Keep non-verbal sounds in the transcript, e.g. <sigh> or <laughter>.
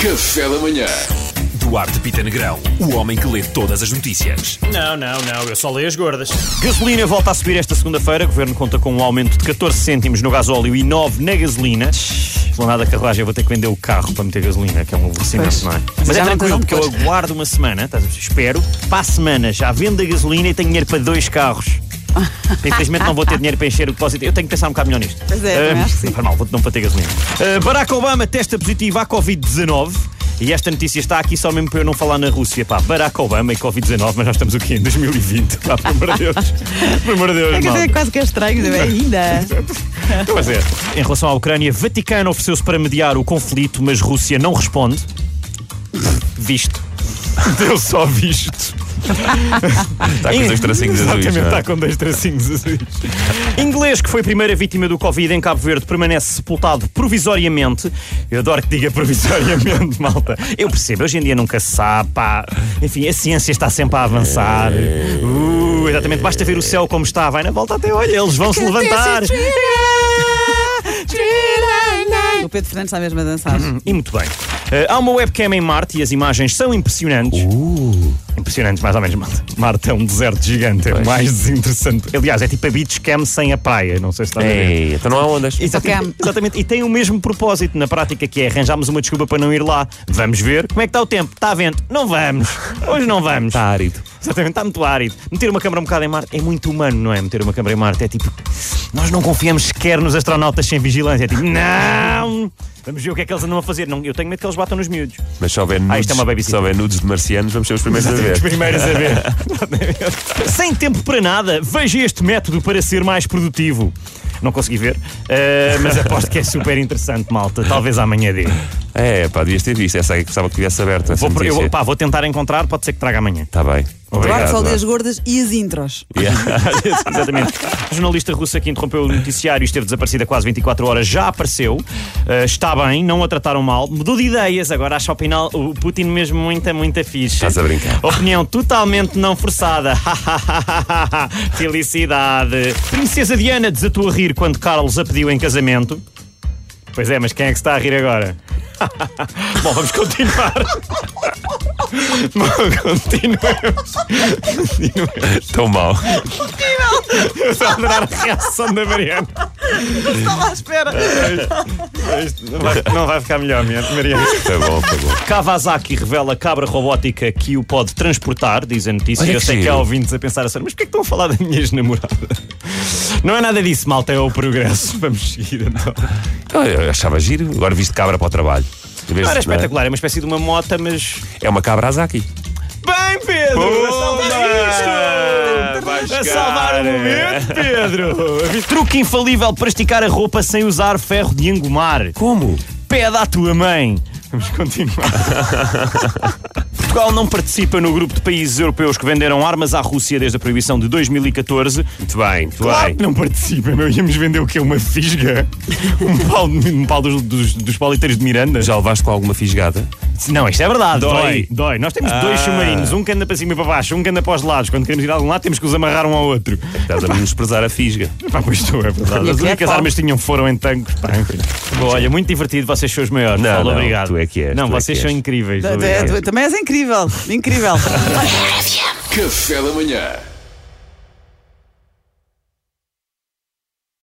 Café da Manhã. Duarte Pita Negrão, o homem que lê todas as notícias. Não, não, não, eu só leio as gordas. Gasolina volta a subir esta segunda-feira. O governo conta com um aumento de 14 cêntimos no gasóleo e 9 na gasolina. Vou nada da carruagem, eu vou ter que vender o carro para meter gasolina, que é um aborrecimento, não é? Mas Já é não tem tranquilo, porque eu depois. aguardo uma semana, estás a perceber? espero, para a semana já vendo a gasolina e tenho dinheiro para dois carros. Infelizmente não vou ter dinheiro para encher o depósito. Eu tenho que pensar um bocado melhor nisto. Pois é, também Ah, acho que sim. não faz mal, vou não para ter gasolina. Ah, Barack Obama testa positivo à Covid-19. E esta notícia está aqui só mesmo para eu não falar na Rússia. Pá, Barack Obama e Covid-19, mas nós estamos aqui em 2020. Pá, pelo amor de <laughs> Deus. Pelo amor de Deus, É que malta. é quase que é estranho, não é? ainda. <laughs> Pois é. Em relação à Ucrânia, Vaticano ofereceu-se para mediar o conflito, mas Rússia não responde. Visto. <laughs> Deu só visto. Está Tá com os dois tracinhos azuis. Exatamente, não é? está com dois tracinhos azuis. Inglês, que foi a primeira vítima do Covid em Cabo Verde, permanece sepultado provisoriamente. Eu adoro que diga provisoriamente, <laughs> malta. Eu percebo, hoje em dia nunca se sabe, pá. Enfim, a ciência está sempre a avançar. Uh, exatamente, basta ver o céu como está, vai na volta até olha, eles vão se levantar. <laughs> O Pedro Fernandes está mesmo a dançar. Hum, E muito bem. Eh, há uma webcam em Marte e as imagens são impressionantes. Impressionantes, mais ou menos. Marte. Marte é um deserto gigante, é mais desinteressante. Aliás, é tipo a beach cam sem a praia. Não sei se está a ver. Ei, então não há ondas. Exatamente, exatamente. E tem o mesmo propósito na prática que é arranjarmos uma desculpa para não ir lá. Vamos ver. Como é que está o tempo? Está a vento? Não vamos. Hoje não vamos. Está árido. Exatamente, está muito árido. Meter uma câmara um bocado em Marte é muito humano, não é? Meter uma câmara em Marte é tipo. Nós não confiamos sequer nos astronautas sem vigilância. É tipo, não! Vamos ver o que é que eles andam a fazer. Não, eu tenho medo que eles batam nos miúdos. Mas se houver nudes, isto é uma baby se houver nudes de marcianos, vamos ser os primeiros a ver. Os primeiros a ver. <laughs> Sem tempo para nada, veja este método para ser mais produtivo. Não consegui ver, eh, mas aposto que é super interessante, malta. Talvez amanhã dê. É, pá, devias ter visto. Essa aí que gostava que tivesse aberto. Essa Vou, pro- eu, notícia. pá, vou tentar encontrar, pode ser que traga amanhã. Tá bem. Claro, Obrigado. só lê as Duarte. gordas e as intros. Yeah. Exatamente. A jornalista russa que interrompeu o noticiário e esteve desaparecida quase 24 horas já apareceu. Eh, está bem, não a trataram mal. Mudou de ideias, agora acha o, pinal, o Putin mesmo muita, muita fixe. Estás a brincar. Opinião totalmente não forçada. <laughs> Felicidade. Princesa Diana desatou a rir quando Carlos a pediu em casamento. Pois é, mas quem é que se está a rir agora? <laughs> Bom, vamos continuar. <laughs> Bom, continuemos. <laughs> Tão mal. Eu estou a adorar a reação da Mariana. Estava à espera. Não vai, não vai ficar melhor, minha Mariana. Foi bom, foi bom. Kawasaki revela cabra robótica que o pode transportar, diz a notícia. Olha Eu que sei que giro. há ouvintes a pensar assim, mas porquê que estão a falar da minha ex-namorada? Não é nada disso, malta, é o progresso. <laughs> Vamos seguir então. Eu, eu achava giro. Agora viste cabra para o trabalho. Em vez Não era de- não é? espetacular, é uma espécie de uma mota, mas. É uma cabra Azaki. Bem, Pedro! a salvar isto! Vai A chegar. salvar o momento, Pedro! <laughs> Truque infalível para esticar a roupa sem usar ferro de engomar. Como? Pede à tua mãe. Vamos <laughs> continuar. Portugal não participa no grupo de países europeus que venderam armas à Rússia desde a proibição de 2014. Muito bem, muito Claro bem. que não participa, meu. Íamos vender o quê? Uma fisga? <laughs> Um pau, um pau dos, dos, dos pauliteiros de Miranda? Já levaste com alguma fisgada? Não, isto é verdade. Dói. Dói. Dói. Nós temos dois Ah. submarinos. Um que anda para cima e para baixo, um que anda para os lados. Quando queremos ir a algum lado, temos que os amarrar um ao outro. Estás a menosprezar a fisga. <laughs> Pá, pois tu, é <laughs> verdade. E As aqui é únicas pau. armas que tinham foram em tanques. Pá, enfim. Bom, olha, muito divertido. Vocês são os maiores. Não, Paulo, não, obrigado. tu é que és, Não, tu é vocês que são és. incríveis. Tu- obrigado. tu- Também és incrível. Incrível. Café da Manhã.